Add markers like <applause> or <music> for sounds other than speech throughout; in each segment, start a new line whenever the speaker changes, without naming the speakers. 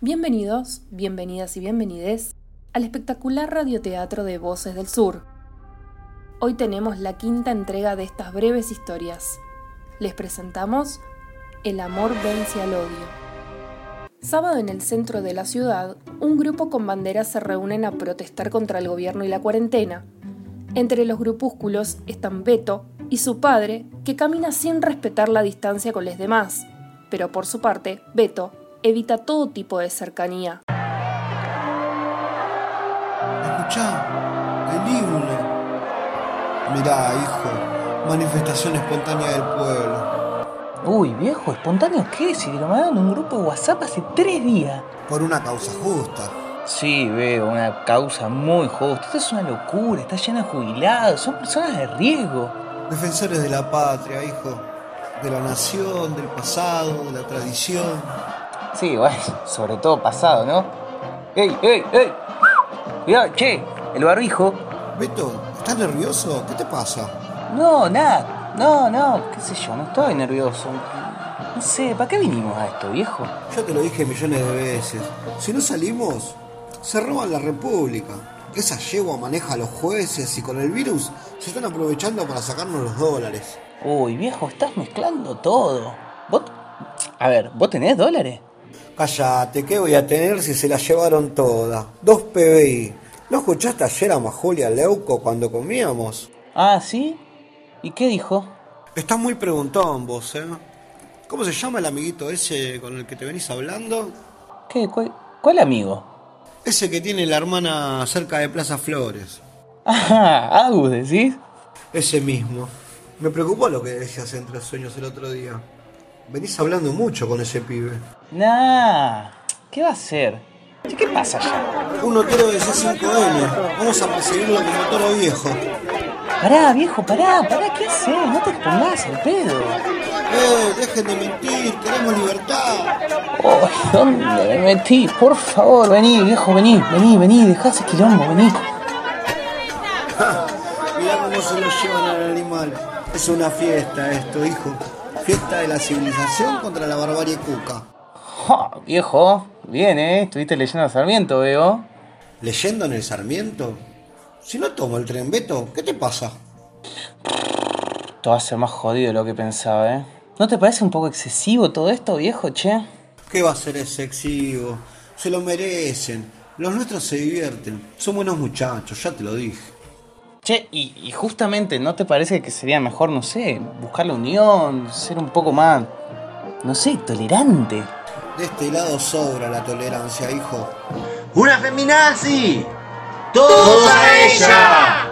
Bienvenidos, bienvenidas y bienvenides al espectacular radioteatro de Voces del Sur. Hoy tenemos la quinta entrega de estas breves historias. Les presentamos El amor vence al odio. Sábado en el centro de la ciudad, un grupo con banderas se reúnen a protestar contra el gobierno y la cuarentena. Entre los grupúsculos están Beto y su padre, que camina sin respetar la distancia con los demás. Pero por su parte, Beto evita todo tipo de cercanía.
Escuchá, el himno. Mirá, hijo, manifestación espontánea del pueblo.
Uy, viejo, espontáneo qué, si te lo mandaron un grupo de WhatsApp hace tres días.
Por una causa justa.
Sí, veo, una causa muy justa. Esto es una locura, está llena de jubilados, son personas de riesgo.
Defensores de la patria, hijo. De la nación, del pasado, de la tradición.
Sí, bueno, <laughs> sobre todo pasado, ¿no? ¡Ey, ey, ey! Cuidado, che, el barbijo.
Beto, ¿estás nervioso? ¿Qué te pasa?
No, nada, no, no, qué sé yo, no estoy nervioso. No sé, ¿para qué vinimos a esto, viejo?
Yo te lo dije millones de veces. Si no salimos, se roban la república. Esa yegua maneja a los jueces y con el virus se están aprovechando para sacarnos los dólares.
Uy, viejo, estás mezclando todo. ¿Vos? A ver, ¿vos tenés dólares?
Cállate, ¿qué voy a tener si se la llevaron toda? Dos PBI. ¿No escuchaste ayer a Majul y a Leuco cuando comíamos?
Ah, ¿sí? ¿Y qué dijo?
Estás muy preguntón vos, ¿eh? ¿Cómo se llama el amiguito ese con el que te venís hablando?
¿Qué? ¿Cuál, cuál amigo? <laughs>
Ese que tiene la hermana cerca de Plaza Flores.
Ah, Agus, ¿decís?
Ese mismo. Me preocupó lo que decías entre sueños el otro día. Venís hablando mucho con ese pibe.
Nah, ¿qué va a ser? Che, ¿Qué pasa allá?
Un otero de C5N. Vamos a perseguirlo como toro viejo.
Pará, viejo, pará, pará, ¿qué haces? No te pongas al pedo.
¡Eh! ¡Dejen de mentir! ¡Queremos libertad!
Oh, ¿dónde me metí? Por favor, vení, viejo, vení, vení, vení, dejá ese quilombo, vení.
Mirá cómo se lo llevan al animal. Es una fiesta esto, hijo. Fiesta de la civilización contra la barbarie cuca.
Ja, viejo, bien, ¿eh? Estuviste leyendo a Sarmiento, veo.
¿Leyendo en el Sarmiento? Si no tomo el tren, Beto, ¿qué te pasa?
Esto va a ser más jodido de lo que pensaba, ¿eh? ¿No te parece un poco excesivo todo esto, viejo, che?
¿Qué va a ser ese exhibo? Se lo merecen. Los nuestros se divierten. Son buenos muchachos, ya te lo dije.
Che, y, y justamente, ¿no te parece que sería mejor, no sé, buscar la unión, ser un poco más, no sé, tolerante?
De este lado sobra la tolerancia, hijo.
¡Una feminazi! ¡Todos a ella!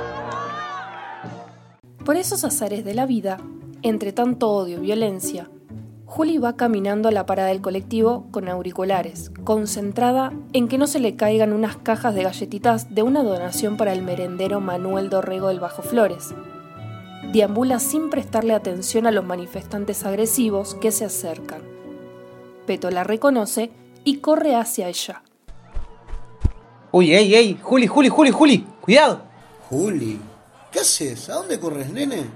Por esos azares de la vida, entre tanto odio y violencia, Juli va caminando a la parada del colectivo con auriculares, concentrada en que no se le caigan unas cajas de galletitas de una donación para el merendero Manuel Dorrego del Bajo Flores. Deambula sin prestarle atención a los manifestantes agresivos que se acercan. Peto la reconoce y corre hacia ella.
Uy, ey, ey, Juli, Juli, Juli, Juli, cuidado.
Juli, ¿qué haces? ¿A dónde corres, nene?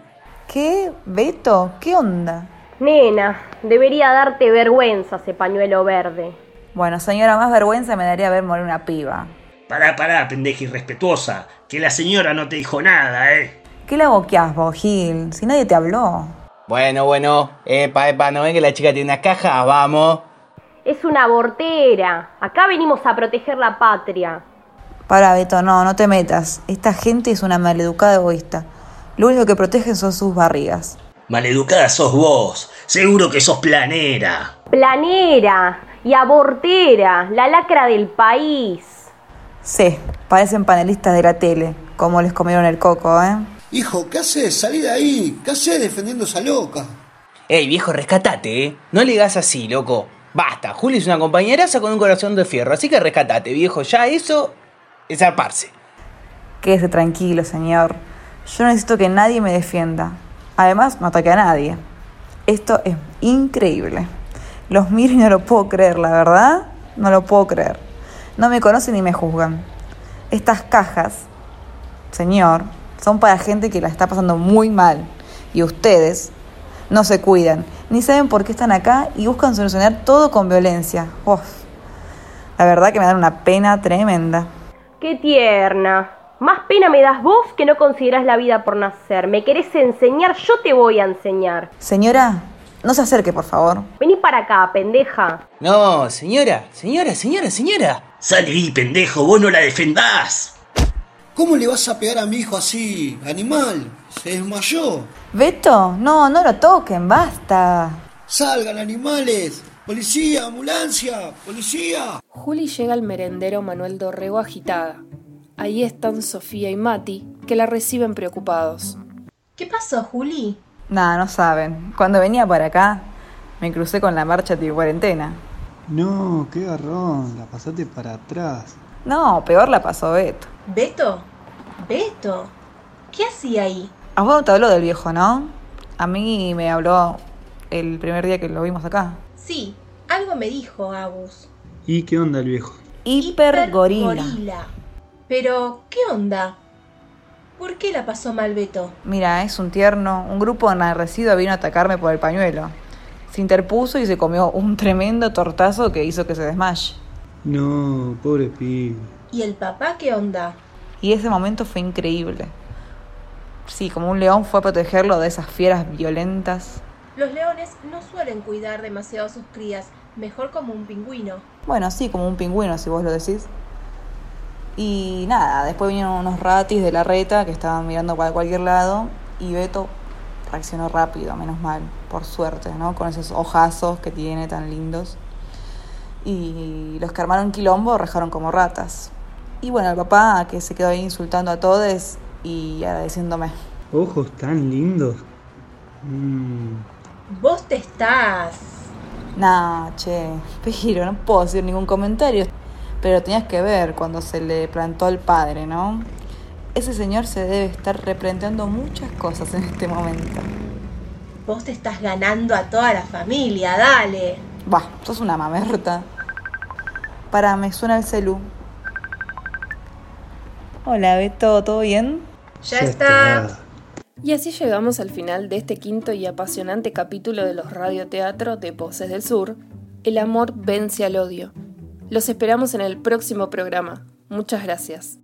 ¿Qué? ¿Beto? ¿Qué onda?
Nena, debería darte vergüenza ese pañuelo verde.
Bueno, señora, más vergüenza me daría ver morir una piba.
Pará, pará, pendeja irrespetuosa, que la señora no te dijo nada, ¿eh?
¿Qué la boqueás vos, Gil? Si nadie te habló.
Bueno, bueno, epa, epa, ¿no ven que la chica tiene una caja? Ah, Vamos.
Es una abortera. Acá venimos a proteger la patria.
Para, Beto, no, no te metas. Esta gente es una maleducada egoísta. Lo único que protegen son sus barrigas.
Maleducada sos vos, seguro que sos planera.
Planera y abortera, la lacra del país.
Sí, parecen panelistas de la tele, como les comieron el coco, ¿eh?
Hijo, ¿qué haces? Salí de ahí. ¿Qué haces defendiendo esa loca?
Ey, viejo, rescatate, ¿eh? No le digas así, loco. Basta, Juli es una compañeraza con un corazón de fierro, así que rescatate, viejo. Ya eso es zarparse.
Quédese tranquilo, señor. Yo no necesito que nadie me defienda. Además, no ataque a nadie. Esto es increíble. Los miro y no lo puedo creer, la verdad. No lo puedo creer. No me conocen ni me juzgan. Estas cajas, señor, son para gente que la está pasando muy mal. Y ustedes no se cuidan, ni saben por qué están acá y buscan solucionar todo con violencia. Uf. La verdad que me dan una pena tremenda.
Qué tierna. Más pena me das vos que no considerás la vida por nacer. Me querés enseñar, yo te voy a enseñar.
Señora, no se acerque, por favor.
Vení para acá, pendeja.
No, señora, señora, señora, señora.
Salí, pendejo, vos no la defendás.
¿Cómo le vas a pegar a mi hijo así, animal? Se desmayó.
Beto, no, no lo toquen, basta.
Salgan animales. Policía, ambulancia, policía.
Juli llega al merendero Manuel Dorrego agitada. Ahí están Sofía y Mati, que la reciben preocupados.
¿Qué pasó, Juli?
Nada, no saben. Cuando venía para acá, me crucé con la marcha de cuarentena.
No, qué garrón, la pasaste para atrás.
No, peor la pasó Beto.
¿Beto? ¿Beto? ¿Qué hacía ahí?
A vos no te habló del viejo, ¿no? A mí me habló el primer día que lo vimos acá.
Sí, algo me dijo Abus.
¿Y qué onda el viejo?
Hipergorila.
Hipergorila. Pero, ¿qué onda? ¿Por qué la pasó mal Beto?
Mira, es un tierno. Un grupo enardecido vino a atacarme por el pañuelo. Se interpuso y se comió un tremendo tortazo que hizo que se desmaye.
No, pobre pibe.
¿Y el papá qué onda?
Y ese momento fue increíble. Sí, como un león fue a protegerlo de esas fieras violentas.
Los leones no suelen cuidar demasiado a sus crías, mejor como un pingüino.
Bueno, sí, como un pingüino, si vos lo decís. Y nada, después vinieron unos ratis de la reta que estaban mirando para cualquier lado y Beto reaccionó rápido, menos mal, por suerte, ¿no? Con esos ojazos que tiene tan lindos. Y los que armaron quilombo rajaron como ratas. Y bueno, el papá que se quedó ahí insultando a todos y agradeciéndome.
Ojos tan lindos. Mm,
Vos te estás.
Nah, che, pero no puedo decir ningún comentario. Pero tenías que ver cuando se le plantó al padre, ¿no? Ese señor se debe estar replanteando muchas cosas en este momento.
Vos te estás ganando a toda la familia, dale.
Bah, sos una mamerta. Para, me suena el celu. Hola, Beto, ¿todo bien?
Ya,
ya
está.
está.
Y así llegamos al final de este quinto y apasionante capítulo de los radioteatro de Voces del Sur, El amor vence al odio. Los esperamos en el próximo programa. Muchas gracias.